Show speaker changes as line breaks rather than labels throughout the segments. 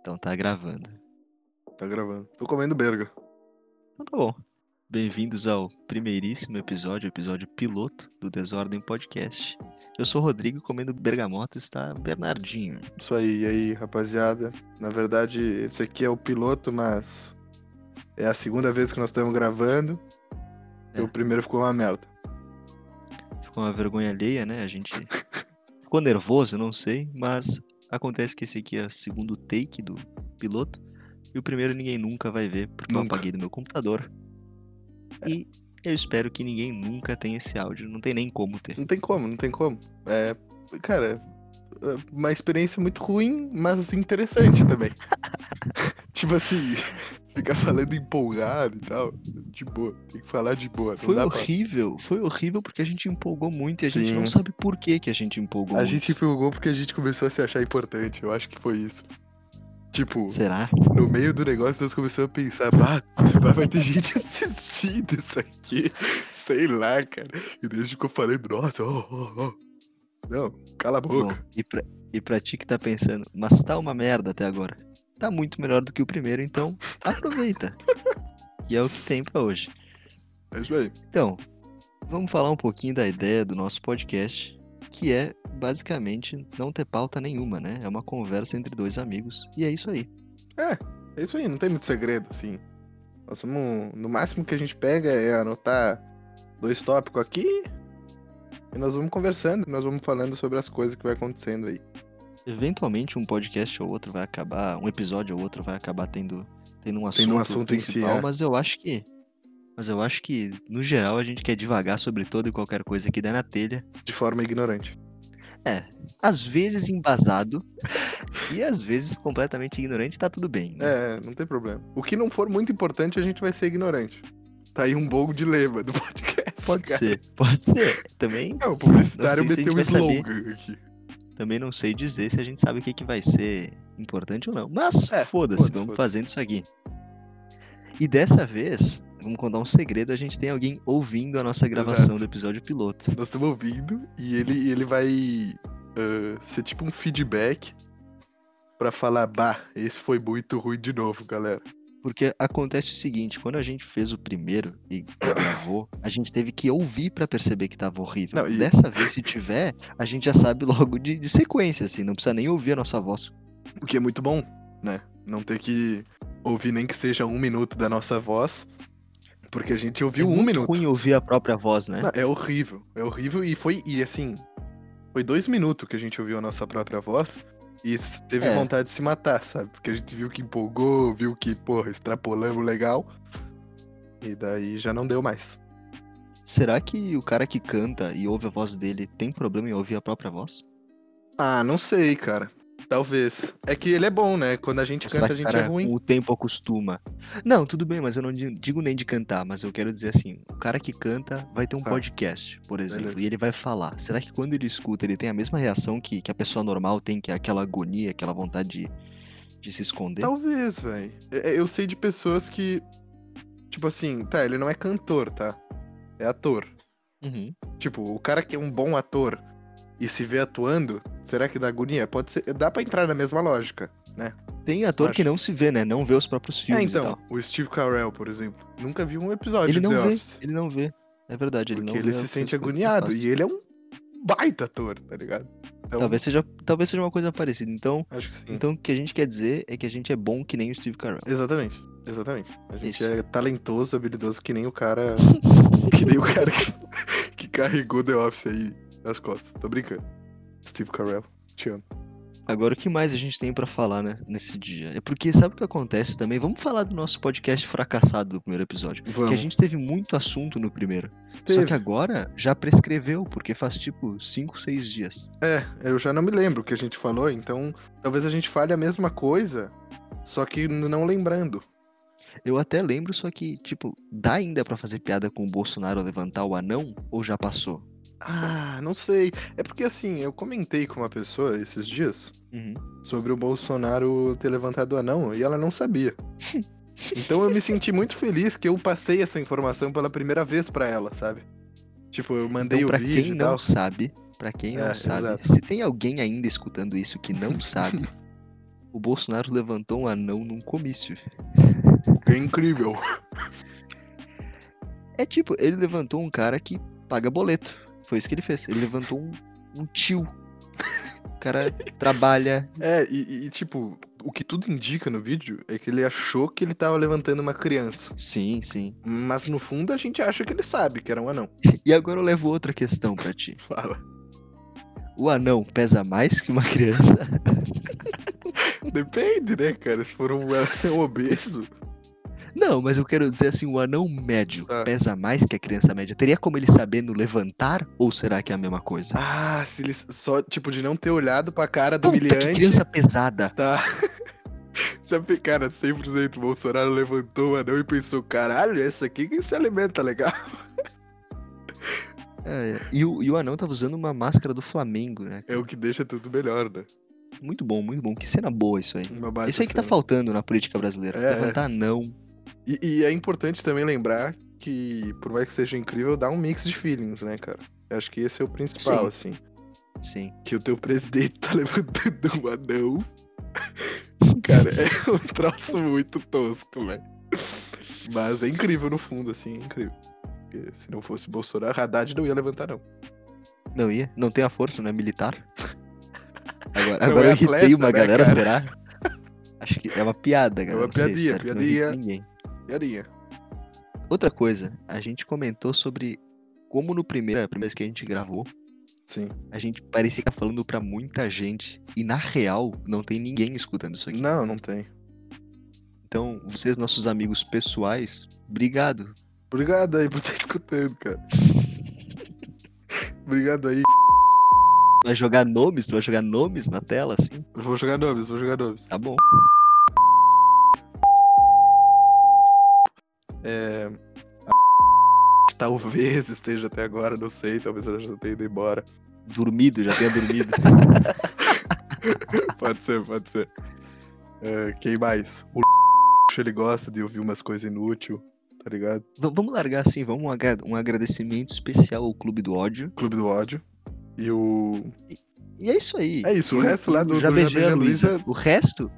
Então tá gravando.
Tá gravando. Tô comendo berga.
Então tá bom. Bem-vindos ao primeiríssimo episódio, episódio piloto do Desordem Podcast. Eu sou o Rodrigo, comendo bergamota está Bernardinho.
Isso aí, e aí, rapaziada. Na verdade, esse aqui é o piloto, mas é a segunda vez que nós estamos gravando. E
É.
o primeiro ficou uma merda.
Ficou uma vergonha alheia, né? A gente ficou nervoso, não sei, mas acontece que esse aqui é o segundo take do piloto. E o primeiro ninguém nunca vai ver, porque eu
Nunca.
apaguei do meu computador. E eu espero que ninguém nunca tenha esse áudio. Não tem nem como ter.
Não tem como, não tem como. É, cara, é uma experiência muito ruim, mas interessante também. tipo assim, ficar falando empolgado e tal. De boa, tem que falar de boa. Não
Foi
dá pra...
horrível, foi horrível porque a gente empolgou muito e a gente
Sim.
não sabe por que, que a gente empolgou
A
muito.
gente empolgou porque a gente começou a se achar importante. Eu acho que foi isso. Tipo,
Será?
no meio do negócio nós começamos a pensar, bah, se pá, vai ter gente assistindo isso aqui. Sei lá, cara. E desde ficou falando, nossa, oh, oh, oh. Não, cala a
Bom,
boca.
e pra, e pra ti que tá pensando, mas tá uma merda até agora. Tá muito melhor do que o primeiro, então aproveita. que é o que tem pra hoje.
É isso aí.
Então, vamos falar um pouquinho da ideia do nosso podcast, que é basicamente não ter pauta nenhuma, né? É uma conversa entre dois amigos e é isso aí.
É isso aí, não tem muito segredo, assim. Nós somos, no máximo que a gente pega é anotar dois tópicos aqui e nós vamos conversando, nós vamos falando sobre as coisas que vai acontecendo aí.
Eventualmente um podcast ou outro vai acabar, um episódio ou outro vai acabar tendo, tendo um assunto,
Tendo um assunto em si,
principal,
é.
mas eu acho que mas eu acho que no geral a gente quer divagar sobre toda e qualquer coisa que der na telha,
De forma ignorante.
às vezes embasado e às vezes completamente ignorante, tá tudo bem. né?
É, não tem problema. O que não for muito importante, a gente vai ser ignorante. Tá aí um bolo de lema do podcast.
Pode
cara.
ser, pode ser. Também,
É, o publicitário
Não sei se a
meteu um
gente vai
slogan aqui.
também não sei dizer se a gente sabe o que, que vai ser importante ou não. Mas
É,
foda-se,
foda-se,
vamos
foda-se.
fazendo isso aqui. E dessa vez, vamos contar um segredo, a gente tem alguém ouvindo a nossa gravação
Exato.
do episódio piloto.
Nós estamos ouvindo e ele, ele vai ah, ser tipo um feedback pra falar, bah, esse foi muito ruim de novo, galera.
Porque acontece o seguinte, quando a gente fez o primeiro e gravou, a gente teve que ouvir pra perceber que tava horrível.
Não, e-
Dessa vez, se tiver, a gente já sabe logo de, de sequência, assim, não precisa nem ouvir a nossa voz.
O que é muito bom, né? Não ter que ouvir nem que seja um minuto da nossa voz, porque a gente ouviu
é
um
muito
minuto.
ruim ouvir a própria voz, né?
Não, é horrível, é horrível e foi, e assim, foi dois minutos que a gente ouviu a nossa própria voz e s- teve
É.
vontade de se matar, sabe? Porque a gente viu que empolgou, viu que, porra, extrapolamos legal e daí já não deu mais.
Será que o cara que canta e ouve a voz dele tem problema em ouvir a própria voz?
Ah, não sei, cara. Talvez. É que ele é bom, né? Quando a gente
Ou será
canta, a
que
gente
o
é
cara
ruim.
com o tempo acostuma? Não, tudo bem, mas eu não di- digo nem de cantar, mas eu quero dizer assim, o cara que canta vai ter um
Tá.
podcast, por exemplo,
Beleza.
e ele vai falar. Será que quando ele escuta, ele tem a mesma reação que, que a pessoa normal tem, que é aquela agonia, aquela vontade de, de se esconder?
Talvez, velho. Eu sei de pessoas que. Tipo assim, tá, ele não é cantor, tá? É ator.
Uhum.
Tipo, o cara que é um bom ator e se vê atuando, será que dá agonia? Pode ser. Dá pra entrar na mesma lógica.
Tem ator
Acho.
que não se vê, né? Não vê os próprios
é,
filmes e
então,
tal.
o Steve Carell, por exemplo, nunca viu um episódio
Ele
de
não
The
vê,
Office.
ele não vê. É verdade, ele
Porque
não
ele
vê
se
as
sente
coisas que ele
agoniado.
faz.
E ele é um baita ator, tá ligado? Então,
Talvez seja, talvez seja uma coisa parecida. Então,
acho que sim.
Então o que a gente quer dizer é que a gente é bom que nem o Steve Carell.
Exatamente. Exatamente. A gente
Isso.
é talentoso, habilidoso, que nem o cara. que nem o cara que, que carregou The Office aí nas costas. Tô brincando. Steve Carell, te amo.
Agora o que mais a gente tem pra falar né, nesse dia? É porque sabe o que acontece também? Vamos falar do nosso podcast fracassado do primeiro episódio. Que a gente teve muito assunto no primeiro. Só
Teve.
que agora já prescreveu, porque faz tipo 5, 6 dias.
É, eu já não me lembro o que a gente falou, então talvez a gente fale a mesma coisa, só que n- não lembrando.
Eu até lembro, só que, tipo, dá ainda pra fazer piada com o Bolsonaro levantar o anão ou já passou?
Ah, não sei. É porque assim, eu comentei com uma pessoa esses dias
Uhum.
sobre o Bolsonaro ter levantado o anão e ela não sabia. Então eu me senti muito feliz que eu passei essa informação pela primeira vez pra ela, sabe? Tipo, eu mandei
Então, pra
o vídeo
quem
e
não
tal.
sabe, pra quem não
É,
sabe,
exato.
se tem alguém ainda escutando isso que não sabe, O Bolsonaro levantou um anão num comício.
Que é incrível.
É tipo, ele levantou um cara que paga boleto. Foi isso que ele fez. Ele levantou um, um tio. O cara trabalha.
É, e, e, tipo, o que tudo indica no vídeo é que ele achou que ele tava levantando uma criança.
Sim, sim.
Mas no fundo a gente acha que ele sabe que era um anão.
E agora eu levo outra questão pra ti.
Fala.
O anão pesa mais que uma criança?
Depende, né, cara? Se for um anão obeso.
Não, mas eu quero dizer assim, o anão médio
Ah.
pesa mais que a criança média. Teria como ele sabendo levantar ou será que é a mesma coisa?
Ah, se ele só, tipo, de não ter olhado pra cara do
Puta, que
humilhante.
criança pesada.
Tá. Já ficaram 100% Bolsonaro levantou o anão e pensou: caralho, é essa aqui que se alimenta legal.
É, e, o, e o anão tava usando uma máscara do Flamengo, né?
É o que deixa tudo melhor, né?
Muito bom, muito bom. Que cena boa isso aí.
Uma baita
isso aí que tá
cena.
faltando na política brasileira.
assim, É, é.
Levantar anão.
E, e é importante também lembrar que, por mais que seja incrível, dá um mix de feelings, né, cara? Eu acho que esse é o principal, assim.
Sim.
Que o teu presidente tá levantando um anão. cara, é um troço muito tosco, velho. Mas é incrível no fundo, assim, é incrível. Porque se não fosse Bolsonaro, Haddad não ia levantar, não.
Não ia? Não tem a força, não é militar? Agora,
Não
agora
é
eu irritei
atleta,
uma
né,
galera,
cara?
será? Acho que é uma piada, galera.
uma
não sei,
piadinha,
espero que não irrite
piadinha.
Ninguém.
E arinha.
Outra coisa, a gente comentou sobre como no primeiro, a primeira vez que a gente gravou,
Sim.
a gente parecia que tá falando pra muita gente. E na real, não tem ninguém escutando isso aqui.
Não, não tem.
Então, vocês, nossos amigos pessoais, obrigado.
Obrigado aí por estar escutando, cara. Obrigado aí.
Tu vai jogar nomes, tu vai jogar nomes na tela, assim?
Vou jogar nomes, vou jogar nomes.
Tá bom.
É. a Talvez esteja até agora, não sei, talvez ela já tenha ido embora.
Dormido, já tenha dormido.
Pode ser, pode ser. É, quem mais? O ele gosta de ouvir umas coisas inúteis, tá ligado?
V- vamos largar assim, vamos um aga- um agradecimento especial ao Clube do Ódio.
Clube do ódio. E o.
E é isso aí.
É isso, o
Eu-
resto lá do,
já
do
beijei
Beijei
a Luísa. O resto,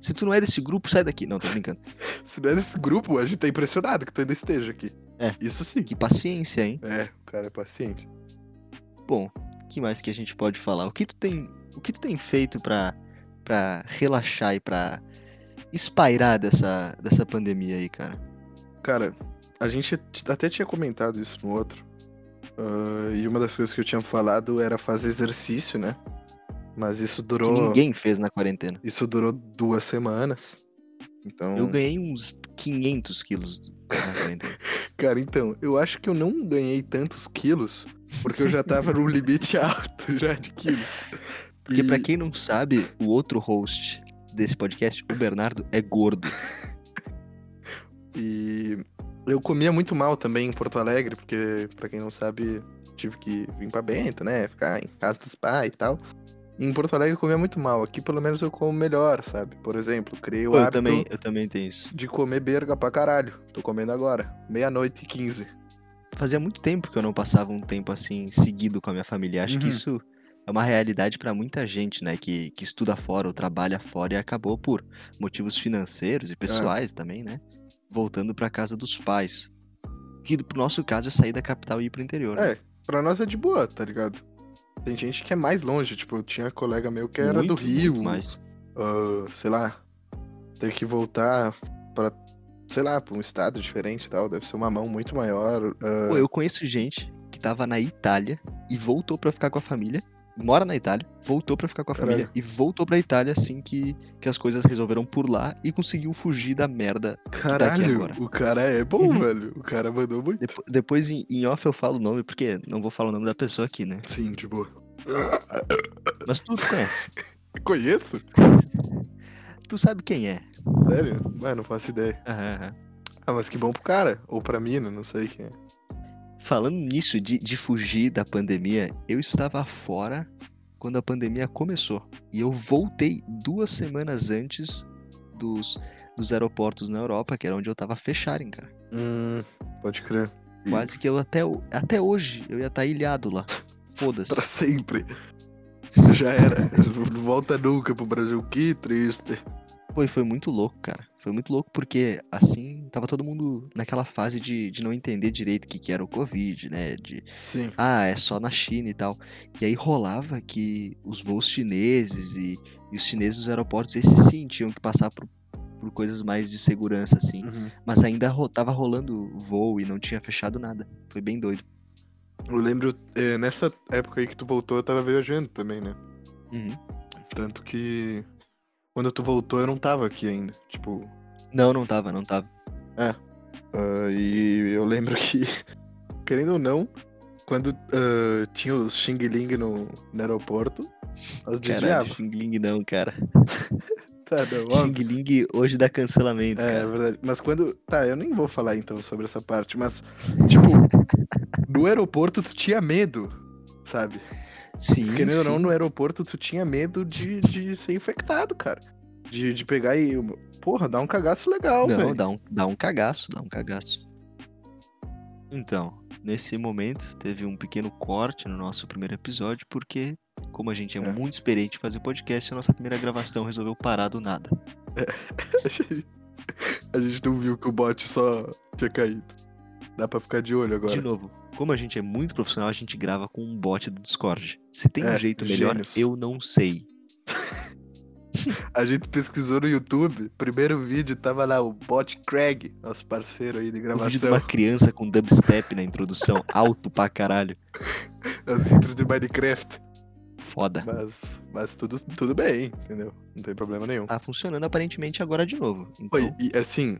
se tu não é desse grupo, sai daqui. Não, tô brincando.
Se não é desse grupo, a gente tá impressionado que tu ainda esteja aqui.
É.
Isso sim.
Que paciência, hein?
É, o cara é paciente.
Bom, o que mais que a gente pode falar? O que tu tem, o que tu tem feito pra, pra relaxar e pra espairar dessa, dessa pandemia aí, cara?
Cara, a gente t- até tinha comentado isso no outro. Ah, e uma das coisas que eu tinha falado era fazer exercício, né? Mas isso
Que
durou.
ninguém fez na quarentena.
Isso durou duas semanas. Então.
Eu ganhei uns 500 quilos na quarentena.
Cara, então, eu acho que eu não ganhei tantos quilos, porque eu já tava num limite alto já de quilos.
Porque
E-
pra quem não sabe, o outro host desse podcast, o Bernardo, é gordo.
E eu comia muito mal também em Porto Alegre, porque, pra quem não sabe, tive que vir pra Bento, né? Ficar em casa dos pais e tal. E em Porto Alegre eu comia muito mal. Aqui, pelo menos, eu como melhor, sabe? Por exemplo, criei o
Pô, eu
hábito
também, eu também tenho isso.
de comer berga pra caralho. Tô comendo agora, meia-noite e quinze.
Fazia muito tempo que eu não passava um tempo assim seguido com a minha família. Acho que
Uhum.
isso é uma realidade pra muita gente, né? Que, que estuda fora ou trabalha fora e acabou por motivos
É.
financeiros e pessoais também, né? Voltando pra casa dos pais. Que pro nosso caso é sair da capital e ir pro interior. né?
É, pra nós é de boa, tá ligado? Tem gente que é mais longe, tipo, eu tinha colega meu que era
Muito,
do
muito
Rio,
mais.
ah, sei lá, ter que voltar pra, sei lá, pra um estado diferente e tal, deve ser uma mão muito maior. ah,
Pô, eu conheço gente que tava na Itália e voltou pra ficar com a família. Mora na Itália, voltou pra ficar com a
Caralho.
família e voltou pra Itália assim que, que as coisas resolveram por lá e conseguiu fugir da merda.
Caralho,
agora.
o cara é bom, velho. O cara mandou muito.
Depo- depois em, em off eu falo o nome, porque não vou falar o nome da pessoa aqui, né?
Sim, de boa.
Mas tu conhece,
Conheço?
tu sabe quem é.
Sério? Mano, não faço ideia.
Aham, aham.
Ah, mas que bom pro cara. Ou pra mina, não sei quem é.
Falando nisso de, de fugir da pandemia, eu estava fora quando a pandemia começou. E eu voltei duas semanas antes dos, dos aeroportos na Europa, que era onde eu tava fecharem, cara.
Hum, pode crer. E
Quase que eu até, o- até hoje eu ia estar ilhado lá. tá Foda-se.
Pra sempre. Já era. Não volta nunca pro Brasil. Que triste.
Pô, e foi muito louco, cara. Foi muito louco porque, assim, tava todo mundo naquela fase de, de não entender direito o que, que era o Covid, né? De,
Sim.
ah, é só na China e tal. E aí rolava que os voos chineses e, e os chineses dos aeroportos, esses sim, tinham que passar por, por coisas mais de segurança, assim.
Uhum.
Mas ainda ro tava rolando voo e não tinha fechado nada. Foi bem doido.
Eu lembro, é, nessa época aí que tu voltou, eu tava viajando também, né?
Uhum.
Tanto que quando tu voltou, eu não tava aqui ainda. Tipo,
Não, não tava, não tava.
ah, e eu lembro que, querendo ou não, quando ah, tinha os Xing Ling no, no aeroporto,
Caralho,
nós desviava.
Xing Ling não, cara.
Tá, não, óbvio.
Xing Ling hoje dá cancelamento,
É, é
cara.
verdade. Mas quando. Tá, eu nem vou falar então sobre essa parte, mas, tipo, no aeroporto tu tinha medo, sabe?
Sim,
Querendo ou
sim.
não, no aeroporto tu tinha medo de, de ser infectado, cara. De, de pegar e. Porra, dá um cagaço legal,
Não,
velho.
dá um, dá um cagaço, dá um cagaço. Então, nesse momento, teve um pequeno corte no nosso primeiro episódio, porque, como a gente é,
É.
muito experiente em fazer podcast, a nossa primeira gravação resolveu parar do nada.
A gente não viu que o bot só tinha caído. Dá pra ficar de olho agora.
De novo, como a gente é muito profissional, a gente grava com um bot do Discord. Se tem um
É,
jeito melhor,
gênios.
eu não sei.
A gente pesquisou no YouTube, primeiro vídeo tava lá o bot Craig, nosso parceiro aí de
O Um vídeo de
gravação,
uma criança com dubstep na introdução, alto pra caralho.
as intros de Minecraft.
Foda.
Mas, mas tudo, tudo bem, entendeu? Não tem problema nenhum.
Tá funcionando aparentemente agora de novo. Então,
Oi, e assim,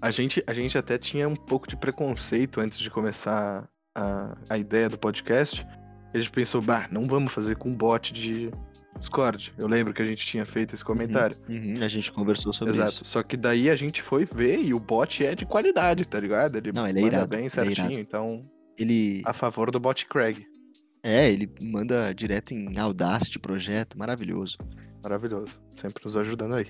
a gente, a gente até tinha um pouco de preconceito antes de começar a, a ideia do podcast. A gente pensou, bah, não vamos fazer com bot de Discord. Eu lembro que a gente tinha feito esse comentário.
uhum, a gente conversou sobre
Exato.
isso.
Só que daí a gente foi ver e o bot é de qualidade, tá ligado? Ele
Não, ele
manda
é irado, ele
bem
é
certinho,
irado.
então
Ele,
a favor do bot Craig.
É, ele manda direto em Audacity, projeto, maravilhoso.
Maravilhoso. Sempre nos ajudando aí.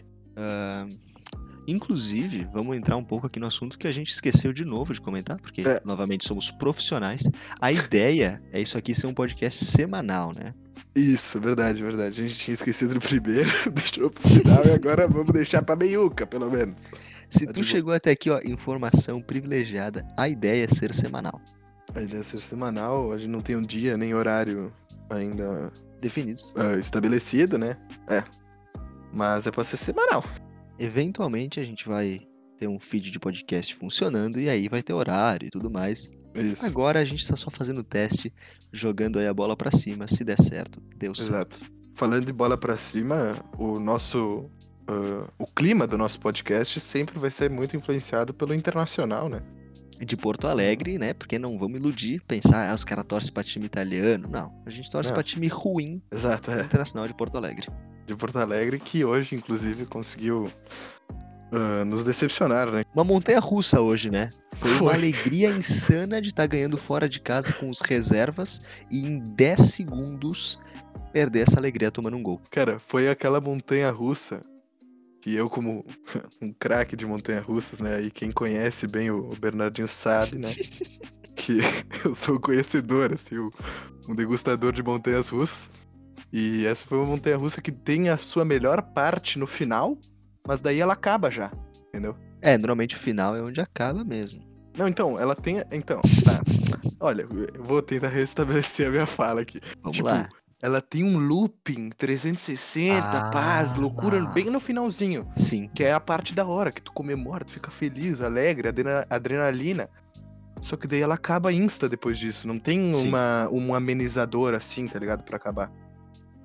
Inclusive, vamos entrar um pouco aqui no assunto que a gente esqueceu de novo de comentar, porque
É.
novamente somos profissionais. A ideia é isso aqui ser um podcast semanal, né?
Isso, verdade, verdade. A gente tinha esquecido do primeiro, deixou pro final e agora vamos deixar pra meiuca, pelo menos.
Se
É
tu
de boa.
chegou até aqui, ó, informação privilegiada, a ideia é ser semanal.
A ideia é ser semanal, a gente não tem um dia nem horário ainda
Definido.
ah, estabelecido, né? É. Mas é pra ser semanal.
Eventualmente a gente vai ter um feed de podcast funcionando e aí vai ter horário e tudo mais.
Isso.
Agora a gente tá só fazendo o teste, jogando aí a bola pra cima, se der certo, deu certo.
Exato. Falando de bola pra cima, o nosso. ah, o clima do nosso podcast sempre vai ser muito influenciado pelo internacional, né?
de Porto Alegre, né? Porque não vamos iludir, pensar, ah, os caras torcem pra time italiano. Não, a gente torce
Não.
pra time ruim
Exato,
do
é.
internacional de Porto Alegre.
De Porto Alegre, que hoje, inclusive, conseguiu ah, nos decepcionar, né?
Uma montanha russa hoje, né? Foi, uma
Foi.
alegria insana de estar ganhando fora de casa com os reservas e em 10 segundos perder essa alegria tomando um gol.
Cara, foi aquela montanha russa que eu, como um craque de montanha russas, né? E quem conhece bem o Bernardinho sabe, né? que eu sou um conhecedor, assim, um- um degustador de montanhas russas. E essa foi uma montanha russa que tem a sua melhor parte no final, mas daí ela acaba já, entendeu?
É, normalmente o final é onde acaba mesmo.
Não, então, ela tem. Então, tá. Olha, eu vou tentar restabelecer a minha fala aqui.
Vamos
Tipo,
lá.
Ela tem um looping 360, paz,
Ah.
loucura, bem no finalzinho.
Sim.
Que é a parte da hora, que tu comemora, tu fica feliz, alegre, adrena- adrenalina. Só que daí ela acaba insta depois disso. Não tem
Sim.
uma, um amenizador assim, tá ligado? Pra acabar.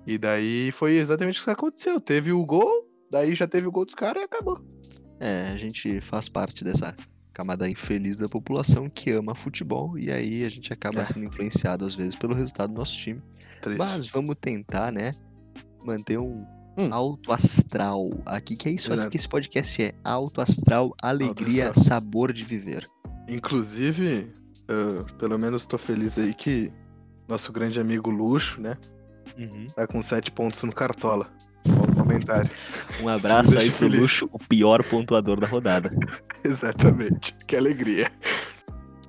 E daí foi exatamente o que aconteceu. Teve o gol, daí já teve o gol dos caras e acabou.
É, a gente faz parte dessa camada infeliz da população que ama futebol e aí a gente acaba
É.
sendo influenciado às vezes pelo resultado do nosso time.
Triste.
Mas vamos tentar, né? Manter um
Hum.
alto astral aqui, que é isso aqui
Exato.
que esse podcast é. Alto astral, alegria,
astral.
sabor de viver.
Inclusive, ah, pelo menos tô feliz aí que nosso grande amigo Luxo, né? Tá com 7 pontos no Cartola. Bom comentário.
Um abraço aí
deixa
pro
feliz.
Luxo, o pior pontuador da rodada.
Exatamente. Que alegria.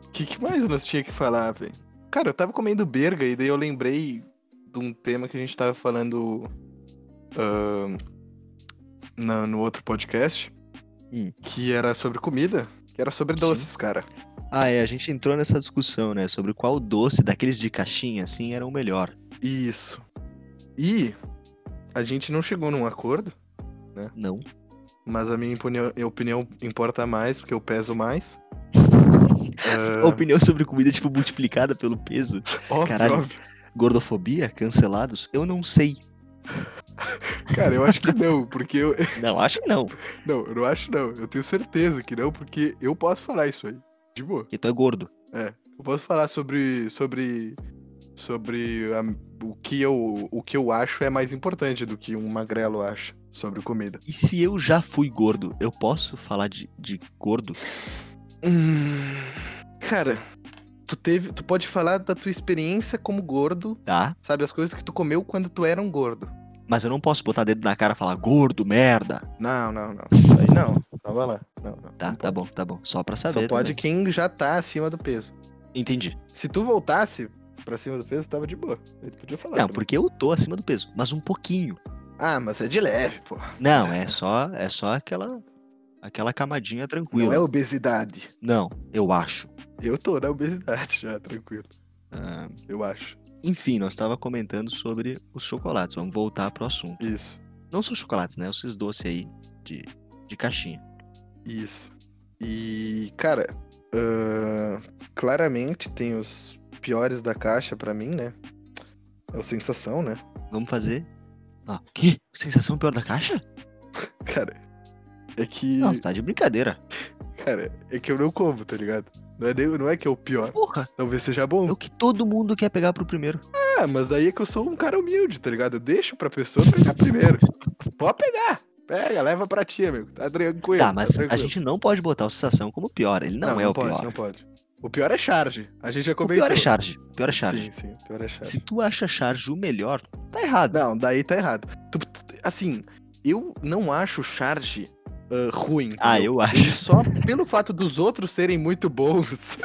O que, que mais nós tinha que falar, velho? Cara, eu tava comendo berga e daí eu lembrei de um tema que a gente tava falando ahn, na- no outro podcast,
Hum.
que era sobre comida, que era sobre
Sim.
doces, cara.
Ah, é, a gente entrou nessa discussão, né? Sobre qual doce daqueles de caixinha, assim, era o melhor.
Isso. E a gente não chegou num acordo,
Não.
mas a minha opinião, opinião importa mais, porque eu peso mais.
A
Ah,
Opinião sobre comida, tipo, multiplicada pelo peso.
óbvio,
caralho.
óbvio.
Gordofobia? Cancelados? Eu não sei.
Cara, eu acho que não, porque eu.
Não, acho que não.
Não, eu não acho não. Eu tenho certeza que não, porque eu posso falar isso aí. De boa.
Porque tu é gordo.
Eu posso falar sobre sobre sobre a- o que eu o que eu acho é mais importante do que um magrelo acha sobre comida.
E se eu já fui gordo, eu posso falar de, de gordo?
Hum, cara, tu teve, tu pode falar da tua experiência como gordo,
Tá.
sabe as coisas que tu comeu quando tu era um gordo.
Mas eu não posso botar dedo na cara e falar gordo, merda.
Não, não, não. Isso aí não. Calma lá. Não, não.
Tá,
não
tá
pode.
bom, tá bom. Só pra saber.
Só pode
também.
quem já tá acima do peso.
Entendi.
Se tu voltasse pra cima do peso, tava de boa. Aí tu podia falar.
Não,
também.
porque eu tô acima do peso, mas um pouquinho.
Ah, mas é de leve, pô.
Não, é só, é só aquela, aquela camadinha
Não
tranquila.
é obesidade.
Não, eu acho.
Eu tô na obesidade já, tranquilo.
Ah,
Eu acho.
enfim, nós estava comentando sobre os chocolates. Vamos voltar pro assunto.
Isso.
Não só chocolates, né? Esses doces aí de, de caixinha.
Isso. E, cara, ahn, claramente tem os piores da caixa pra mim, né? É o sensação, né?
Vamos fazer. Ah, que? Sensação pior da caixa?
Cara, é que.
Não, tá de brincadeira.
Cara, é que eu não como, tá ligado? Não é, nem- não é que é o pior.
Porra,
Talvez seja
é
bom.
o que todo mundo quer pegar pro primeiro.
Ah, mas daí é que eu sou um cara humilde, tá ligado? Eu deixo pra pessoa pegar primeiro. Pode pegar! Pega, leva pra ti, amigo. Tá tranquilo.
Tá, mas a
tranquilo.
gente não pode botar o sensação como pior. Ele não, é o
pode,
pior.
Não pode. O pior é charge. A gente já
O
comentou.
pior é charge. O pior é charge.
Sim, sim, o pior é charge.
Se tu acha charge o melhor, tá errado.
Não, daí tá errado. Tu- tu- assim, eu não acho charge ah, ruim.
Ah,
entendeu?
eu acho.
Só pelo fato dos outros serem muito bons.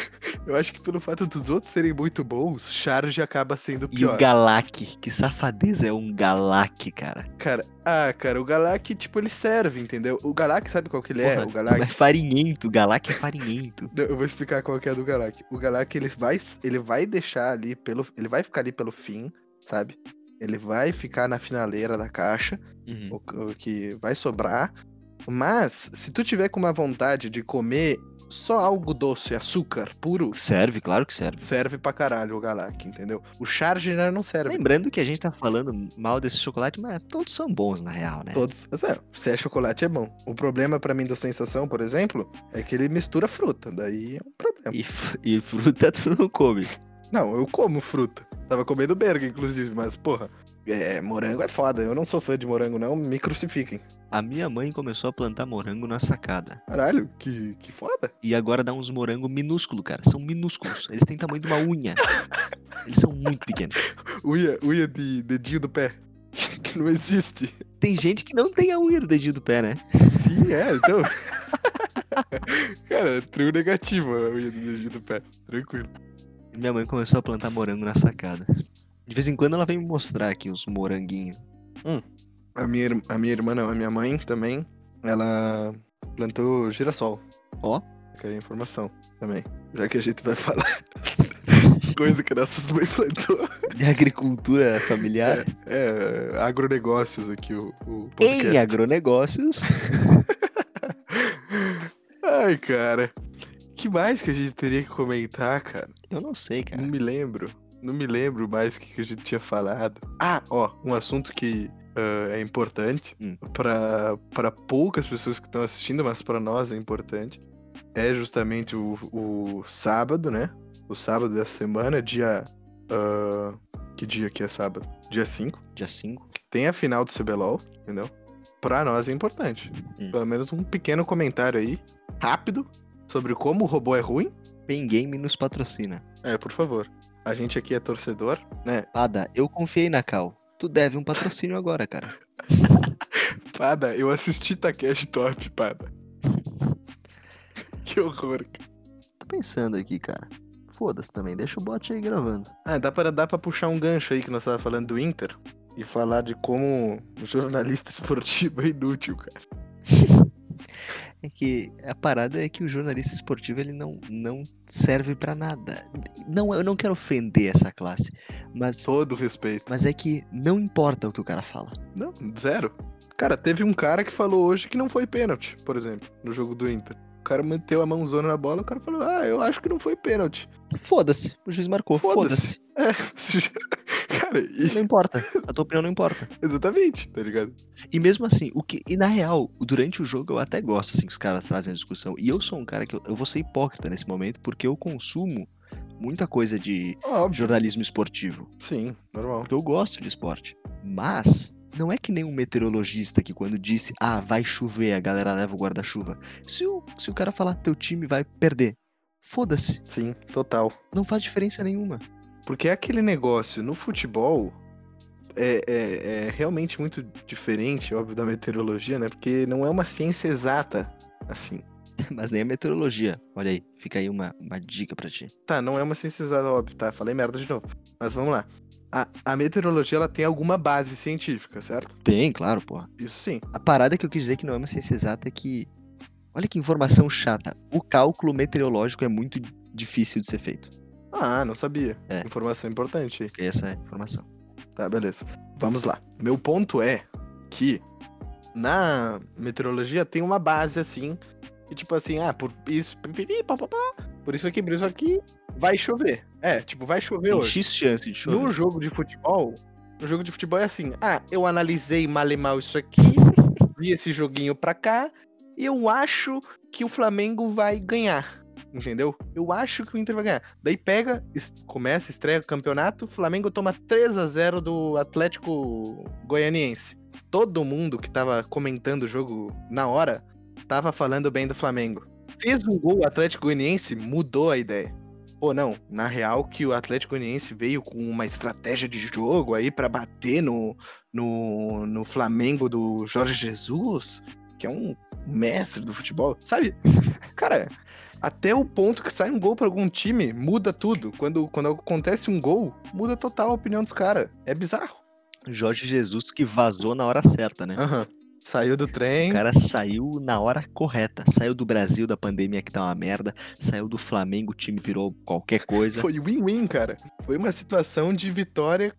eu acho que pelo fato dos outros serem muito bons, charge acaba sendo
E o
pior.
Galak, que safadeza é um Galak, cara.
Cara, ah, cara, o Galak, tipo, ele serve, entendeu? O Galak, sabe qual que ele é?
Porra,
O Galak.
É farinhento, o Galak é farinhento.
Não, Eu vou explicar qual que é a do Galak. O Galak, ele vai, ele vai deixar ali pelo. Ele vai ficar ali pelo fim, sabe? Ele vai ficar na finaleira da caixa,
Uhum.
o, o que vai sobrar. Mas, se tu tiver com uma vontade de comer só algo doce, açúcar puro,
Serve, claro que serve.
serve pra caralho o Galak, entendeu? O Charge já não serve.
Lembrando que a gente tá falando mal desse chocolate, mas todos são bons, na real, né?
Todos. Sério, se é chocolate é bom. O problema pra mim do Sensação, por exemplo, é que ele mistura fruta. Daí é um problema.
E, fr- e fruta tu não come.
Não, eu como fruta. Tava comendo berga, inclusive, mas, porra. É, morango é foda. Eu não sou fã de morango, não. Me crucifiquem.
A minha mãe começou a plantar morango na sacada.
Caralho, que, que foda.
E agora dá uns morangos minúsculos, cara. São minúsculos. Eles têm tamanho de uma unha. Eles são muito pequenos.
Uia, uia de dedinho do pé. Que não existe.
Tem gente que não tem a unha do dedinho do pé, né?
Sim, é, então. Cara, trio negativo a unha do dedinho do pé. Tranquilo.
Minha mãe começou a plantar morango na sacada. De vez em quando ela vem me mostrar aqui os moranguinhos.
A minha, ir- a minha irmã, não, a minha mãe também, ela plantou girassol.
Ó.
Fica aí a informação também. Já que a gente vai falar as coisas que nossas mães plantou.
De agricultura familiar
É, agronegócios aqui, o, o podcast.
em agronegócios.
Ai, cara. que mais que a gente teria que comentar, cara?
Eu não sei, cara.
Não me lembro. Não me lembro mais o que, que a gente tinha falado. Ah, ó, um assunto que ah, é importante
Hum.
pra para poucas pessoas que estão assistindo, mas pra nós é importante. É justamente o, o sábado, né? O sábado dessa semana, dia. ah, que dia que é sábado? Dia 5.
Dia 5.
tem a final do CBLOL, entendeu? Pra nós é importante.
Hum.
Pelo menos um pequeno comentário aí, rápido, sobre como o robô é ruim.
Pen Game nos patrocina.
É, por favor. A gente aqui é torcedor, né?
Ada, eu confiei na Cal. Tu deve um patrocínio agora, cara.
Pada, eu assisti Takeshi Top, Pada. que horror, cara.
Tô pensando aqui, cara. foda-se também, deixa o bot aí gravando.
Ah, dá pra, dá pra puxar um gancho aí que nós tava falando do Inter e falar de como o jornalista esportivo é inútil, cara.
É que a parada é que o jornalista esportivo ele não, não serve pra nada. Não, eu não quero ofender essa classe, mas,
Todo respeito.
mas é que não importa o que o cara fala.
Não, zero. Cara, teve um cara que falou hoje que não foi pênalti, por exemplo, no jogo do Inter. O cara meteu a mãozona na bola, o cara falou, ah, eu acho que não foi pênalti.
Foda-se, o juiz marcou,
Foda-se.
foda-se.
É, se já- cara, e-
Não importa, a tua opinião não importa.
exatamente, tá ligado?
E mesmo assim, o que. E na real, durante o jogo eu até gosto, assim, que os caras trazem a discussão. E eu sou um cara que. Eu, eu vou ser hipócrita nesse momento, porque eu consumo muita coisa de
Óbvio,
jornalismo esportivo.
sim, normal.
Porque eu gosto de esporte. Mas. Não é que nem um meteorologista que quando disse, ah, vai chover, a galera leva o guarda-chuva. Se o, se o cara falar, teu time vai perder, foda-se,
Sim, total.
não faz diferença nenhuma.
Porque é aquele negócio no futebol é, é, é realmente muito diferente, óbvio, da meteorologia, né? Porque não é uma ciência exata, assim.
Mas nem a meteorologia. Olha aí, fica aí uma, uma dica pra ti.
Tá, não é uma ciência exata, óbvio, tá? Falei merda de novo. Mas vamos lá. A, a meteorologia, ela tem alguma base científica, certo?
Tem, claro, porra.
Isso sim.
A parada que eu quis dizer que não é uma ciência exata é que. Olha que informação chata. O cálculo meteorológico é muito difícil de ser feito.
Ah, não sabia.
É.
Informação importante aí.
Fica aí essa é informação.
Tá, beleza. Vamos lá. Meu ponto é que na meteorologia tem uma base assim, que tipo assim, ah, por isso, pipipi, papapá, por isso aqui, por isso aqui, vai chover. É, tipo, vai chover
Tem
hoje.
X chance de
No
chover.
jogo de futebol, no jogo de futebol é assim, ah, eu analisei mal e mal isso aqui, vi esse joguinho pra cá, e eu acho que o Flamengo vai ganhar. Entendeu? Eu acho que o Inter vai ganhar. Daí pega, es- começa, estreia o campeonato, o Flamengo toma 3 a 0 do Atlético Goianiense. Todo mundo que tava comentando o jogo na hora tava falando bem do Flamengo. Fez um gol o Atlético Goianiense, mudou a ideia. Pô, não, na real que o Atlético Goianiense veio com uma estratégia de jogo aí pra bater no, no, no Flamengo do Jorge Jesus, que é um mestre do futebol, sabe? Cara, até o ponto que sai um gol pra algum time, muda tudo. Quando, quando acontece um gol, muda total a opinião dos caras. É bizarro.
Jorge Jesus que vazou na hora certa, né?
Aham. Saiu do trem.
O cara saiu na hora correta. Saiu do Brasil da pandemia que tá uma merda. Saiu do Flamengo, o time virou qualquer coisa.
Foi win-win, cara. Foi uma situação de vitória.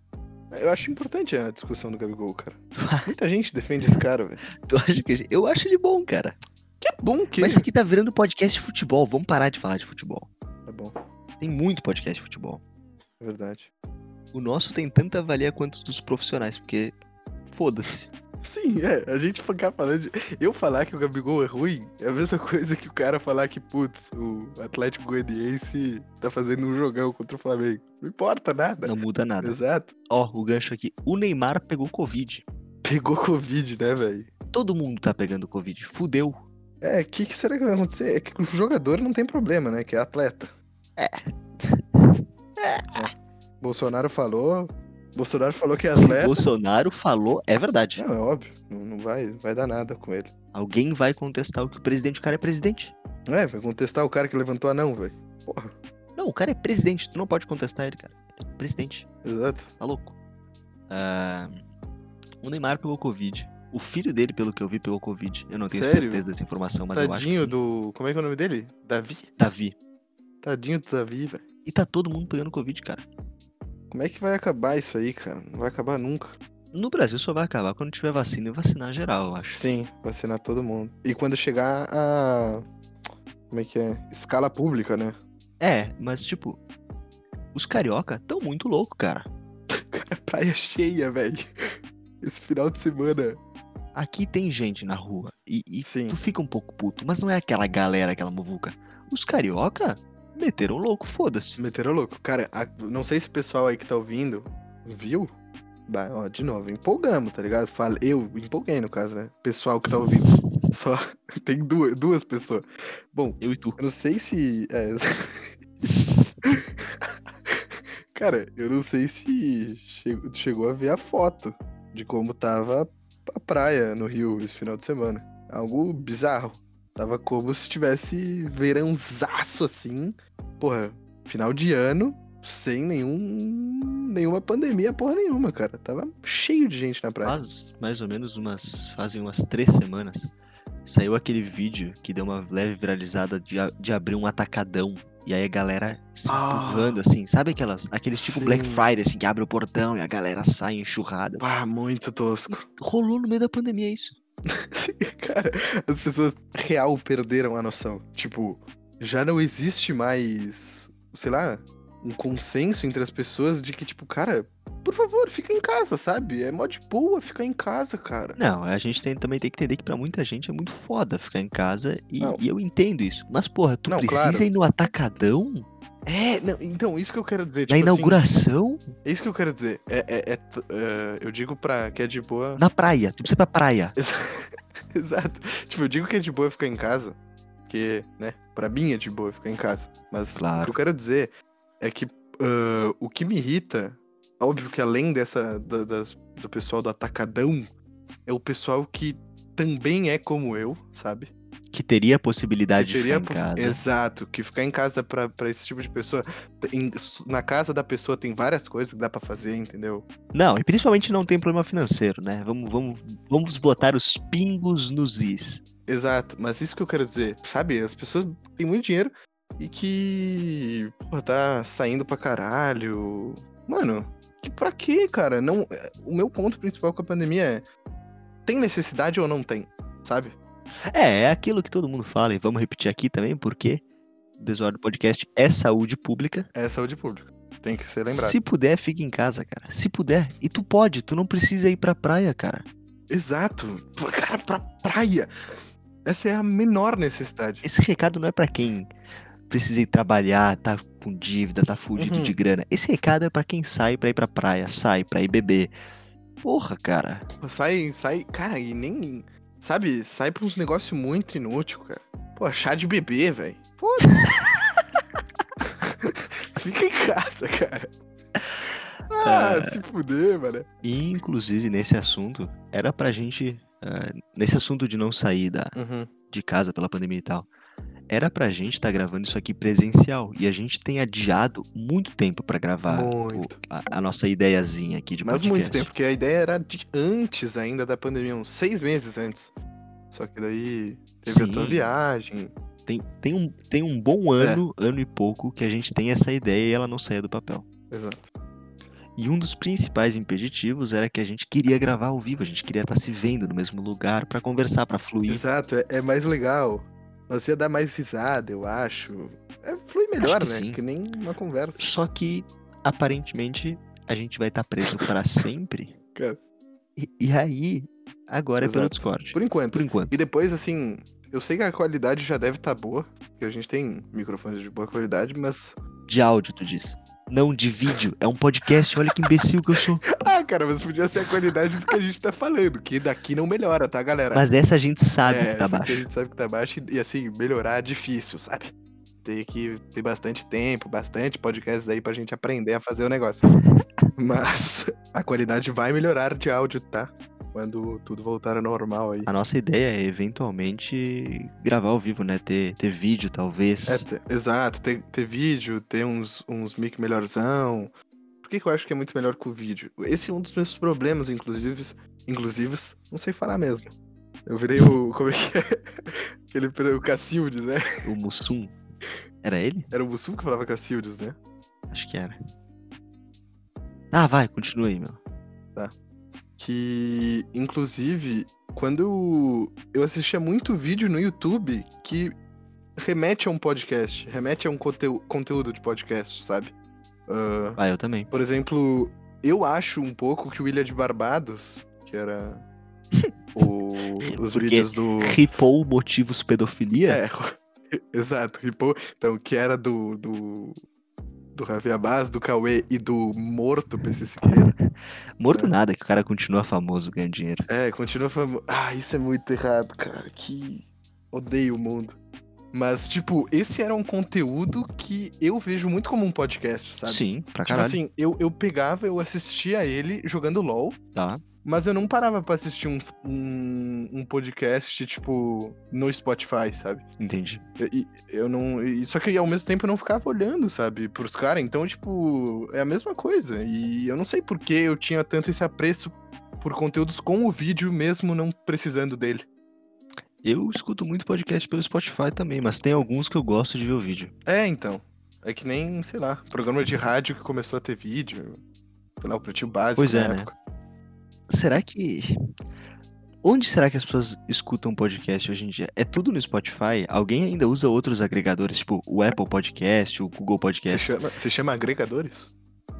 Eu acho importante a discussão do Gabigol, cara. Muita gente defende esse cara, velho.
Tu acha que- Eu acho ele bom, cara.
Que é bom que
Mas isso aqui tá virando podcast de futebol. Vamos parar de falar de futebol.
Tá bom,
Tem muito podcast de futebol.
é verdade.
O nosso tem tanta valia quanto os dos profissionais, porque foda-se.
Sim, é. A gente ficar falando de. Eu falar que o Gabigol é ruim é a mesma coisa que o cara falar que, putz, o Atlético Goianiense tá fazendo um jogão contra o Flamengo. Não importa nada.
Não muda nada.
Exato.
Ó, o gancho aqui. O Neymar pegou Covid.
Pegou Covid, né, velho?
Todo mundo tá pegando Covid. Fudeu.
É, o que, que será que vai acontecer? É que o jogador não tem problema, né? Que é atleta.
É.
É. Bolsonaro falou. Bolsonaro falou que é
Se
atleta.
Bolsonaro falou, é verdade.
Não, é óbvio. Não, não vai, vai dar nada com ele.
Alguém vai contestar o que o presidente. O cara é presidente.
É, vai contestar o cara que levantou a não, velho. Porra.
Não, o cara é presidente. Tu não pode contestar ele, cara. Ele é presidente.
Exato.
Tá louco. Ah, o Neymar pegou Covid. O filho dele, pelo que eu vi, pegou Covid. Eu não tenho
Sério?
certeza dessa informação, mas eu acho que
Tadinho
sim.
do. Como é que é o nome dele? Davi?
Davi.
Tadinho do Davi, velho.
E tá todo mundo pegando Covid, cara.
Como é que vai acabar isso aí, cara? Não vai acabar nunca.
No Brasil só vai acabar quando tiver vacina e vacinar geral, eu acho.
Sim, vacinar todo mundo. E quando chegar a. Como é que é? Escala pública, né?
É, mas tipo, os carioca tão muito louco, cara.
Cara, É praia cheia, velho. Esse final de semana.
Aqui tem gente na rua e, e
Sim.
tu fica um pouco puto, mas não é aquela galera, aquela muvuca. Os carioca meteram louco, foda-se.
Meteram louco. Cara, a- não sei se o pessoal aí que tá ouvindo viu. Bah, ó, de novo, empolgamos, tá ligado? Fala, eu empolguei, no caso, né? Pessoal que tá ouvindo. Só tem duas, duas pessoas. Bom,
Eu e tu.
Eu não sei se. é, Cara, eu não sei se chegou, tu chegou a ver a foto de como tava a praia no Rio esse final de semana. Algo bizarro. Tava como se tivesse verãozaço assim. Porra, Final de ano, sem nenhum. nenhuma pandemia, porra nenhuma, cara. Tava cheio de gente na praia.
Faz mais ou menos umas. Fazem umas três semanas. Saiu aquele vídeo que deu uma leve viralizada de, a- de abrir um atacadão. E aí a galera se
Ah.
empurrando, assim. Sabe aquelas. Aqueles tipo
Sim.
Black Friday, assim, que abre o portão e a galera sai enxurrada.
Ah, muito tosco.
Rolou no meio da pandemia isso.
cara, as pessoas real perderam a noção. Tipo, já não existe mais, sei lá, um consenso entre as pessoas de que, tipo, cara, por favor, fica em casa, sabe? É mó de boa ficar em casa, cara.
Não, a gente tem- também tem que entender que pra muita gente é muito foda ficar em casa. E,
Não.
e eu entendo isso. Mas, porra, tu
Não,
precisa
claro.
ir no atacadão?
É, não, então, isso que eu quero dizer.
na
tipo assim,
inauguração?
É isso que eu quero dizer. É, é- é t- é, eu digo pra que é de boa.
Na praia. Tu precisa ir pra praia.
Ex- Exato. Tipo, eu digo que é de boa ficar em casa. Porque, né, pra mim é de boa ficar em casa. Mas o
Claro.
que eu quero dizer é que ah, o que me irrita, óbvio que além dessa. da- das- do pessoal do Atacadão, é o pessoal que também é como eu, sabe?
Que teria a
que
possibilidade
teria
de
po-
ficar em casa.
Exato, que ficar em casa pra, pra esse tipo de pessoa. tem- na casa da pessoa tem várias coisas que dá pra fazer, entendeu?
Não, e principalmente não tem problema financeiro, né? Vamos, vamos, vamos botar os pingos nos is.
Exato, mas isso que eu quero dizer, sabe? As pessoas têm muito dinheiro e que, porra, tá saindo pra caralho. Mano, que pra quê, cara? Não, é, o meu ponto principal com a pandemia é: tem necessidade ou não tem, sabe?
É, é aquilo que todo mundo fala, e vamos repetir aqui também, porque o Desordem Podcast é saúde pública.
É saúde pública. Tem que ser lembrado.
Se puder, fica em casa, cara. Se puder. E tu pode, tu não precisa ir pra praia, cara.
Exato. Pô, Cara, pra praia. Essa é a menor necessidade.
Esse recado não é pra quem precisa ir trabalhar, tá com dívida, tá fudido
Uhum.
de grana. Esse recado é pra quem sai pra ir pra praia, sai pra ir beber. Porra, cara.
Sai, sai. Cara, e nem. Sabe? Sai pra uns negócios muito inútil, cara. Pô, chá de bebê, velho. Foda-se. Fica em casa, cara. Ah, se fuder, mano.
E, inclusive, nesse assunto, era pra gente. ah, nesse assunto de não sair da,
Uhum.
de casa pela pandemia e tal, era pra gente estar gravando isso aqui presencial. E a gente tem adiado muito tempo pra gravar o-
Muito.
a, a nossa ideiazinha aqui de
Mas
podcast.
muito tempo, porque a ideia era de antes ainda da pandemia, uns seis meses antes. Só que daí teve a tua
Sim.
viagem.
Tem, tem, um, tem um bom
É.
ano, ano e pouco, que a gente tem essa ideia e ela não saía do papel.
Exato.
E um dos principais impeditivos era que a gente queria gravar ao vivo, a gente queria estar se vendo no mesmo lugar pra conversar, pra fluir.
Exato, é, é mais legal. Nós ia dar mais risada, eu acho. É, flui melhor,
que
né?
sim.
Que nem uma conversa.
Só que, aparentemente, a gente vai estar preso pra sempre.
Cara.
E, e aí, agora é pelo
Exato.
Discord.
Por enquanto.
Por enquanto.
E depois, assim, eu sei que a qualidade já deve estar boa, porque a gente tem microfones de boa qualidade, mas.
De áudio, tu diz. Não de vídeo. É um podcast. Olha que imbecil que eu sou.
Ah, cara, mas podia ser a qualidade do que a gente tá falando, que daqui não melhora, tá, galera?
Mas dessa a gente sabe
é,
que tá
essa aqui
baixo.
a gente sabe que tá baixo e, assim, melhorar é difícil, sabe? Tem que ter bastante tempo, bastante podcasts aí pra gente aprender a fazer o negócio. mas a qualidade vai melhorar de áudio, tá? Quando tudo voltar ao normal aí.
A nossa ideia é eventualmente gravar ao vivo, né? Ter, ter vídeo, talvez.
É, te- exato, ter, ter vídeo, ter uns, uns mic melhorzão. Por que, que eu acho que é muito melhor que o vídeo? Esse é um dos meus problemas, inclusive. Inclusive, não sei falar mesmo. Eu virei o. Como é que é? Aquele, pre- o Cacildes, né?
O Mussum. Era ele?
Era o Mussum que falava Cacildes, né?
Acho que era. Ah, vai, continua aí, meu.
Que, inclusive, quando eu assistia muito vídeo no YouTube que remete a um podcast, remete a um conteú- conteúdo de podcast, sabe? Ahn.
Vai, Ah, eu também.
Por exemplo, eu acho um pouco que o Ilha de Barbados, que era o- os
Porque-
vídeos do.
Ripou motivos pedofilia?
É, exato, Ripou. Então, que era do. do, do Javier Baz, do Cauê e do morto PC Siqueira.
Morto
É.
nada que o cara continua famoso ganhando dinheiro.
É, continua falando. Ah, isso é muito errado, cara. Que. Odeio o mundo. Mas, tipo, esse era um conteúdo que eu vejo muito como um podcast, sabe?
Sim, pra
Tipo
caralho.
assim, eu, eu pegava, eu assistia ele jogando LOL.
Tá.
Mas eu não parava pra assistir um, um, um podcast, tipo, no Spotify, sabe?
Entendi.
E- e- eu não. e- só que ao mesmo tempo eu não ficava olhando, sabe, pros caras. Então, tipo, é a mesma coisa. E eu não sei por que eu tinha tanto esse apreço por conteúdos com o vídeo, mesmo não precisando dele.
Eu escuto muito podcast pelo Spotify também, mas tem alguns que eu gosto de ver o vídeo.
É, então. É que nem, sei lá, programa de rádio que começou a ter vídeo. Sei lá, o pretinho básico
Pois é,
na
né?
época.
Será que. Onde será que as pessoas escutam podcast hoje em dia? É tudo no Spotify? Alguém ainda usa outros agregadores, tipo o Apple Podcast, o Google
Se
Podcast?
chama, se chama agregadores?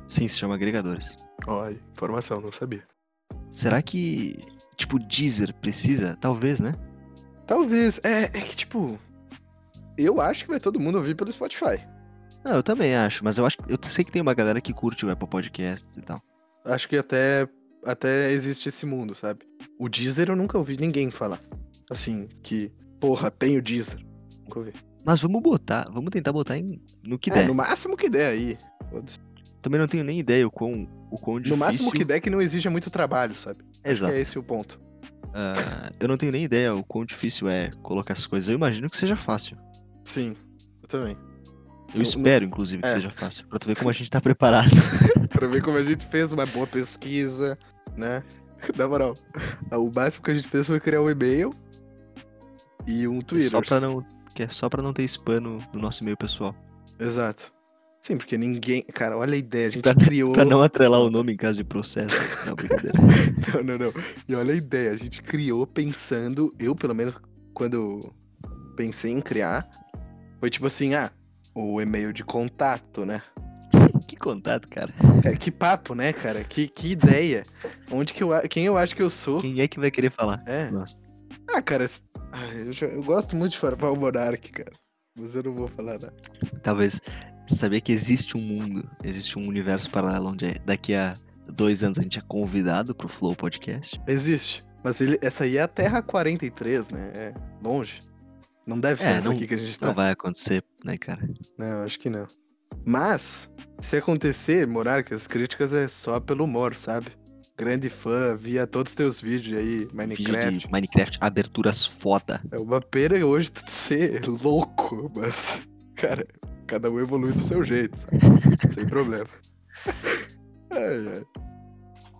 Sim, se chama agregadores.
Olha, informação, não sabia.
Será que. Tipo, Deezer precisa? Talvez, né?
Talvez. É, é que, tipo. Eu acho que vai todo mundo ouvir pelo Spotify.
Não, eu também acho, mas eu acho que eu sei que tem uma galera que curte o Apple Podcasts e tal.
Acho que até, até existe esse mundo, sabe? O Deezer eu nunca ouvi ninguém falar. Assim, que, porra, tem o Deezer. Nunca ouvi.
Mas vamos botar, vamos tentar botar em, no que
é,
der.
no máximo que der aí. Foda-se.
Também não tenho nem ideia o quão, o quão difícil.
No máximo que der que não exija muito trabalho, sabe?
Exato.
É esse o ponto.
Ah, eu não tenho nem ideia o quão difícil é colocar as coisas. Eu imagino que seja fácil.
Sim, eu também.
Eu
No-
espero, inclusive, que
é.
seja fácil. Pra tu ver como a gente tá preparado.
pra ver como a gente fez uma boa pesquisa, né? Na moral, o máximo que a gente fez foi criar um e-mail e um Twitter.
só pra não. Que é só pra não ter spam no, no nosso e-mail pessoal.
Exato. Sim, porque ninguém. Cara, olha a ideia, a gente
Pra-
criou.
Pra não atrelar o nome em caso de processo. Não, brincadeira.
Não, não, não. E olha a ideia, a gente criou pensando, eu pelo menos quando eu pensei em criar, foi tipo assim, ah, o e-mail de contato, né?
que contato, cara.
É, que papo, né, cara? Que, que ideia. Onde que eu a- quem eu acho que eu sou?
Quem é que vai querer falar?
É.
Nossa.
Ah, cara, s- ah, eu, já- eu gosto muito de falar o Monark, cara. Mas eu não vou falar nada.
Talvez saber que existe um mundo, existe um universo paralelo onde daqui a dois anos a gente é convidado pro Flow Podcast.
Existe. Mas ele, essa aí é a Terra 43, né? É longe. Não deve ser
É,
essa
não-
aqui que a gente tá.
Não vai acontecer, né, cara?
Não, acho que não. Mas, se acontecer, Monarca, as críticas é só pelo humor, sabe? Grande fã, via todos os teus vídeos aí,
Vídeo
Minecraft.
de Minecraft, aberturas foda.
É uma pena hoje tu ser louco, mas, cara, cada um evolui do seu jeito, sabe? Sem problema. Ai, ai.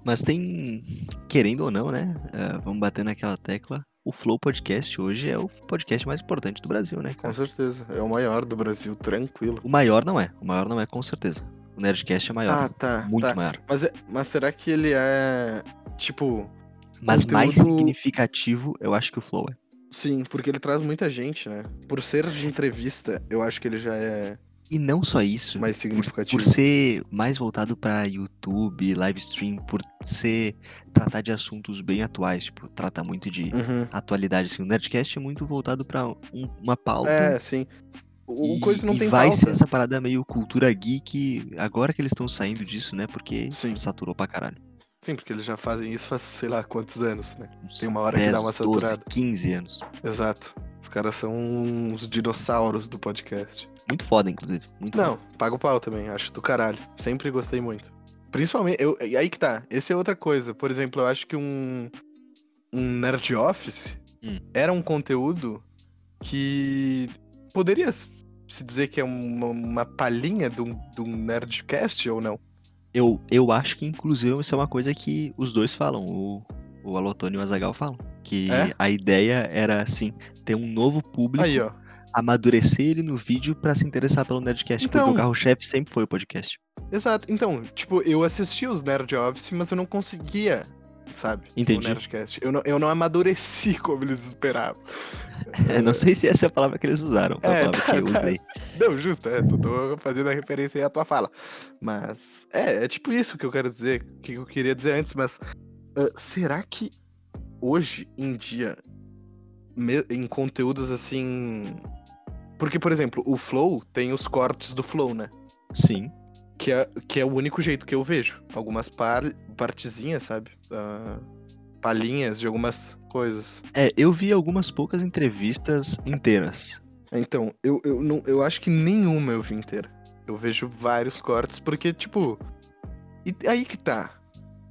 Mas tem, querendo ou não, né? ah, vamos bater naquela tecla. O Flow Podcast hoje é o podcast mais importante do Brasil, né,
Com
cara?
certeza. É o maior do Brasil, tranquilo.
O maior não é. O maior não é, com certeza. O Nerdcast é maior.
Ah, tá.
muito
tá.
maior.
Mas, é- mas será que ele é. Tipo,
Mas mais
conteúdo-
significativo, eu acho que o Flow é.
sim, porque ele traz muita gente, né? Por ser de entrevista, eu acho que ele já é
E não só isso.
mais significativo.
Por ser mais voltado pra YouTube, live stream, por ser tratar de assuntos bem atuais, tipo, trata muito de
Uhum.
atualidade, assim, o Nerdcast é muito voltado pra um- uma pauta.
É, sim. O
e,
coisa não
e
tem
vai
pauta.
ser essa parada meio cultura geek, agora que eles estão saindo disso, né? Porque
Sim.
saturou pra caralho.
Sim, porque eles já fazem isso faz sei lá quantos anos, né?
Uns
Tem uma hora que dá uma saturada.
15 anos.
Exato. Os caras são uns dinossauros do podcast.
Muito foda, inclusive. Muito
Não,
foda.
pago pau também, acho do caralho. Sempre gostei muito. Principalmente, eu, e aí que tá. Essa é outra coisa. Por exemplo, eu acho que um, um Nerd Office
Hum.
era um conteúdo que poderia s- se dizer que é uma, uma palhinha de um, de um Nerdcast ou não.
Eu, eu acho que, inclusive, isso é uma coisa que os dois falam. O, o Alotônio e o Azagal falam. Que
É?
a ideia era, assim, ter um novo público,
Aí, ó.
amadurecer ele no vídeo pra se interessar pelo Nerdcast.
Então.
Porque o carro-chefe sempre foi o podcast.
Exato. Então, tipo, eu assistia os Nerd Office, mas eu não conseguia, sabe?
Entendi.
O Nerdcast. Eu não, eu não amadureci como eles esperavam.
Eu não sei se essa é a palavra que eles usaram. foi a
É,
palavra
tá,
que eu
tá.
usei.
Não, justo, é, só tô fazendo a referência aí à tua fala. Mas, é, é tipo isso que eu quero dizer, que eu queria dizer antes, mas ah, será que hoje em dia, me- em conteúdos assim. Porque, por exemplo, o Flow tem os cortes do Flow, né?
Sim.
Que é, que é o único jeito que eu vejo. Algumas par, partezinhas, sabe? Ah, palhinhas de algumas coisas.
É, eu vi algumas poucas entrevistas inteiras.
Então, eu, eu, não, eu acho que nenhuma eu vi inteira. Eu vejo vários cortes, porque, tipo. E aí que tá.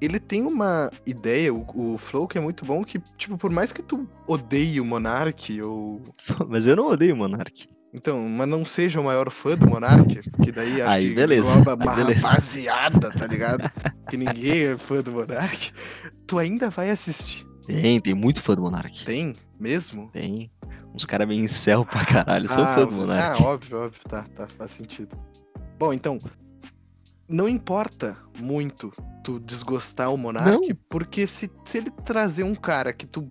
ele tem uma ideia, o, o Flow, que é muito bom, que, tipo, por mais que tu odeie o Monark, ou.
Mas eu não odeio o Monark.
Então, mas não seja o maior fã do Monark, que daí acho
Aí,
que
beleza.
engloba
Aí,
uma
beleza.
rapaziada, tá ligado? que ninguém é fã do Monark. Tu ainda vai assistir.
Tem, tem muito fã do Monark.
Tem? Mesmo?
Tem. Uns caras meio em céu pra caralho. Eu sou fã do
você-
Monark.
Ah, óbvio, óbvio. Tá, tá, faz sentido. Bom, então, não importa muito tu desgostar o Monark, porque se, se ele trazer um cara que tu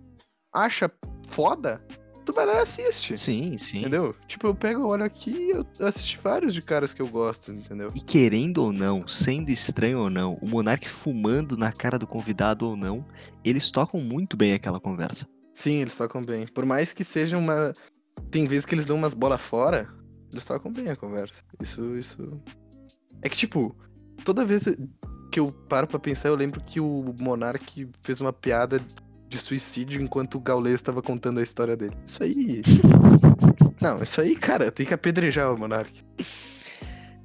acha foda, tu vai lá e assiste.
sim, sim.
Entendeu? Tipo, eu pego, olho aqui, eu eu assisti vários de caras que eu gosto, entendeu?
E querendo ou não, sendo estranho ou não, o Monark fumando na cara do convidado ou não, eles tocam muito bem aquela conversa.
Sim, eles tocam bem. Por mais que seja uma. Tem vezes que eles dão umas bolas fora, eles tocam bem a conversa. Isso, isso. É que, tipo, toda vez que eu paro pra pensar, eu lembro que o Monark fez uma piada de suicídio enquanto o Gaules tava contando a história dele. Isso aí. Não, isso aí, cara, tem que apedrejar o Monark.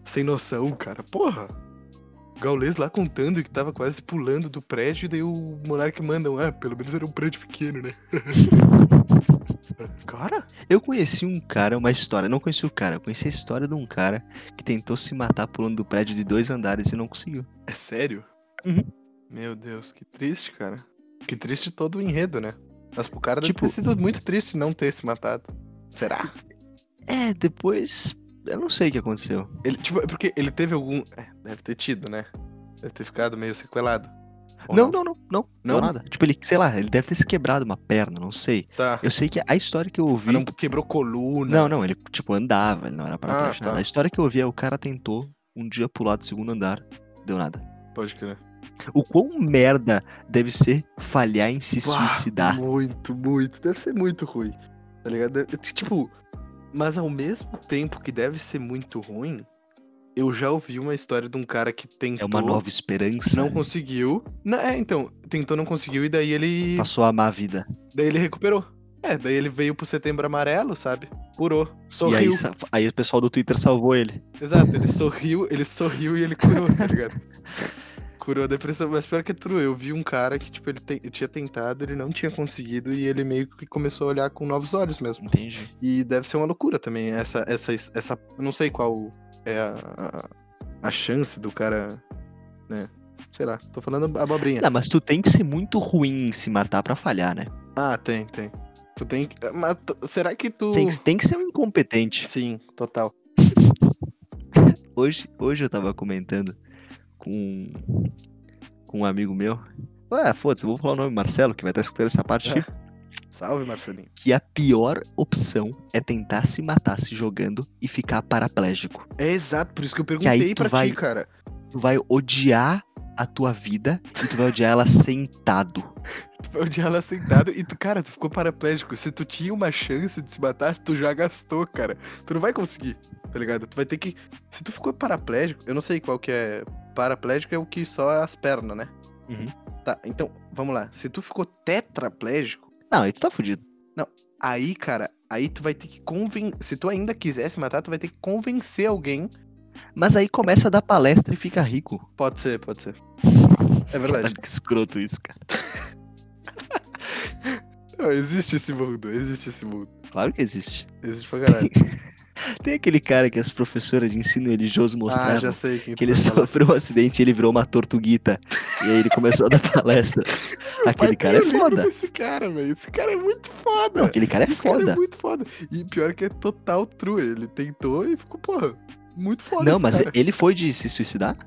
Sem noção, cara. Porra. O Gaules lá contando que tava quase pulando do prédio, daí o Monark manda um, ah, pelo menos era um prédio pequeno, né? cara?
Eu conheci um cara, uma história, não conheci o cara, eu conheci a história de um cara que tentou se matar pulando do prédio de dois andares e não conseguiu.
É sério?
Uhum.
Meu Deus, que triste, cara. Que triste todo o enredo, né? Mas pro cara
Tipo-
deve ter sido muito triste não ter se matado. Será?
É, depois. Eu não sei o que aconteceu.
Ele, tipo, é porque ele teve algum. é, deve ter tido, né? Deve ter ficado meio sequelado. Ou
Não, não, não, não, não,
Não?
nada. Tipo, ele, sei lá, ele deve ter se quebrado uma perna, não sei.
Tá.
Eu sei que a história que eu ouvi.
Mas Não quebrou coluna.
Não, não, ele tipo andava, ele não era para
Ah,
baixo, nada.
tá.
A história que eu ouvi é o cara tentou um dia pular do segundo andar, deu nada.
Pode crer.
O quão merda deve ser falhar em se
Bah,
suicidar.
Muito, muito. Deve ser muito ruim. Tá ligado? Deve- Tipo, mas ao mesmo tempo que deve ser muito ruim, eu já ouvi uma história de um cara que tentou.
É uma nova esperança.
Não conseguiu. Não, é, então, tentou, não conseguiu, e daí ele.
Passou a amar a vida.
Daí ele recuperou. É, daí ele veio pro setembro amarelo, sabe? Curou. Sorriu.
E aí, sa- aí o pessoal do Twitter salvou ele.
Exato, ele sorriu, ele sorriu e ele curou, tá ligado? curou a depressão, mas pior que é true, eu vi um cara que, tipo, ele, te- ele tinha tentado, ele não tinha conseguido e ele meio que começou a olhar com novos olhos mesmo.
Entendi.
E deve ser uma loucura também, essa, essa, essa, eu não sei qual é a, a, a chance do cara, né, sei lá, tô falando abobrinha.
Não, mas tu tem que ser muito ruim em se matar pra falhar, né?
Ah, tem, tem. Tu tem que, mas tu- será que tu...
Tem, que- tem que ser um incompetente.
Sim, total.
Hoje, hoje eu tava comentando com, com um amigo meu. Ah, foda-se, eu vou falar o nome Marcelo, que vai estar escutando essa parte.
É. Salve, Marcelinho.
que a pior opção é tentar se matar se jogando e ficar paraplégico.
É exato, por isso que eu
aí tu
perguntei pra
vai-
ti, cara.
Tu vai odiar a tua vida e tu vai odiar ela sentado.
Tu foi odiar ela sentado e tu, cara, tu ficou paraplégico. Se tu tinha uma chance de se matar, tu já gastou, cara. Tu não vai conseguir, tá ligado? Tu vai ter que. Se tu ficou paraplégico, eu não sei qual que é. Paraplégico é o que só é as pernas, né?
Uhum.
Tá, então, vamos lá. Se tu ficou tetraplégico,
Não, aí tu tá fudido.
aí, cara, aí tu vai ter que convencer. Se tu ainda quiser se matar, tu vai ter que convencer alguém.
Mas aí começa a dar palestra e fica rico.
Pode ser, pode ser. É verdade.
Caralho, que escroto isso, cara.
Não, existe esse mundo, existe esse mundo.
Claro que existe.
Existe pra caralho.
Tem aquele cara que as professoras de ensino religioso
ah,
mostraram
já sei quem tu
que ele
tá falando.
sofreu um acidente e ele virou uma tortuguita. e aí ele começou a dar palestra. aquele
Pai,
cara é
tem um livro
foda.
desse cara, velho. Esse cara é muito foda.
Não, aquele cara é
Esse cara é
foda.
muito foda. E pior que é total true. Ele tentou e ficou, porra, muito foda
Não,
esse
mas
cara.
ele foi de se suicidar?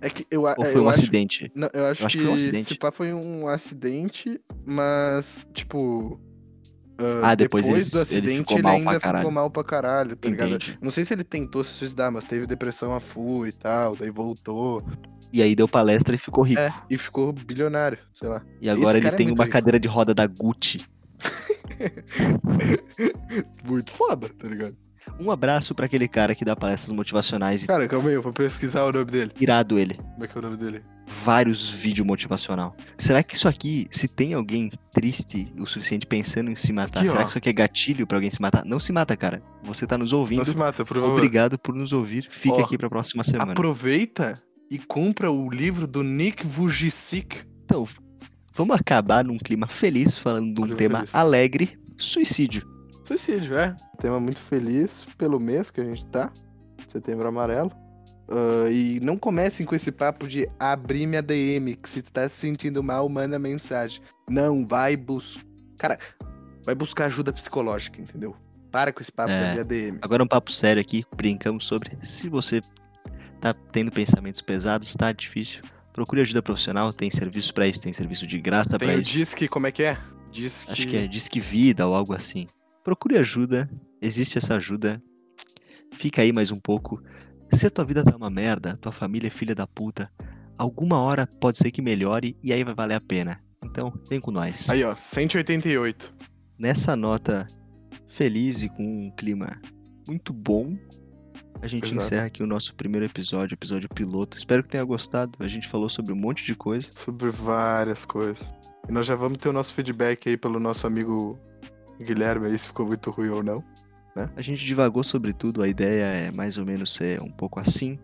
É que eu, a-
Ou
eu
foi um
acho...
acidente?
Não, eu acho,
Eu acho que
que,
foi um acidente.
se pá foi um acidente, mas, tipo...
Ah, depois ele-
do
ele
acidente ele,
ficou mal pra
ainda
caralho.
ficou mal pra caralho, tá ligado?
Entendi.
Não sei se ele tentou se suicidar, mas teve depressão a full e tal, daí voltou.
E aí deu palestra e ficou rico.
É, e ficou bilionário, sei lá.
e agora
esse
ele
cara é
tem
muito
uma
rico.
cadeira de roda da Gucci.
Muito foda, tá ligado?
Um abraço pra aquele cara que dá palestras motivacionais e
Cara, calma aí, eu vou pesquisar o nome dele.
irado ele.
Como é que é o nome dele?
Vários vídeos motivacional. Será que isso aqui, se tem alguém triste o suficiente pensando em se matar,
Aqui,
será
ó.
que isso aqui é gatilho pra alguém se matar? Não se mata, cara. Você tá nos ouvindo.
Não se mata, por favor.
Obrigado por nos ouvir. Fique
Ó,
aqui pra próxima semana.
Aproveita e compra o livro do Nick Vujicic.
Então, vamos acabar num clima feliz, falando de um
Clima
tema
feliz.
alegre: suicídio.
Suicídio, é. Tema muito feliz pelo mês que a gente tá. Setembro amarelo. Ah, e não comecem com esse papo de abrir minha DM, que se tá se sentindo mal, manda mensagem. Não, vai buscar. Cara, vai buscar ajuda psicológica, entendeu? Para com esse papo
É.
da minha DM.
Agora um papo sério aqui, brincamos sobre se você tá tendo pensamentos pesados, tá difícil, procure ajuda profissional, tem serviço pra isso, tem serviço de graça pra
Tem o
isso.
Disque, como é que é? Disque.
Acho que é Disque Vida ou algo assim. Procure ajuda, existe essa ajuda. Fica aí mais um pouco. Se a tua vida tá uma merda, tua família é filha da puta, alguma hora pode ser que melhore e aí vai valer a pena. Então, vem com nós.
Aí, ó, 188.
Nessa nota feliz e com um clima muito bom, a gente
Exato.
encerra aqui o nosso primeiro episódio, episódio piloto. Espero que tenha gostado. A gente falou sobre um monte de coisa.
Sobre várias coisas. E nós já vamos ter o nosso feedback aí pelo nosso amigo Guilherme aí, se ficou muito ruim ou não.
A gente divagou sobre tudo, a ideia é mais ou menos ser um pouco assim.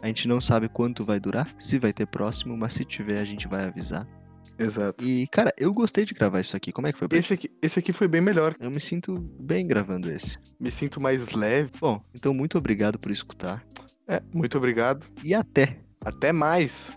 A gente não sabe quanto vai durar, se vai ter próximo, mas se tiver a gente vai avisar.
Exato.
E, cara, eu gostei de gravar isso aqui. Como é que foi? Beto?
Esse aqui, esse aqui foi bem melhor.
Eu me sinto bem gravando esse.
Me sinto mais leve.
Bom, então muito obrigado por escutar
É, muito obrigado.
e até!
Até mais.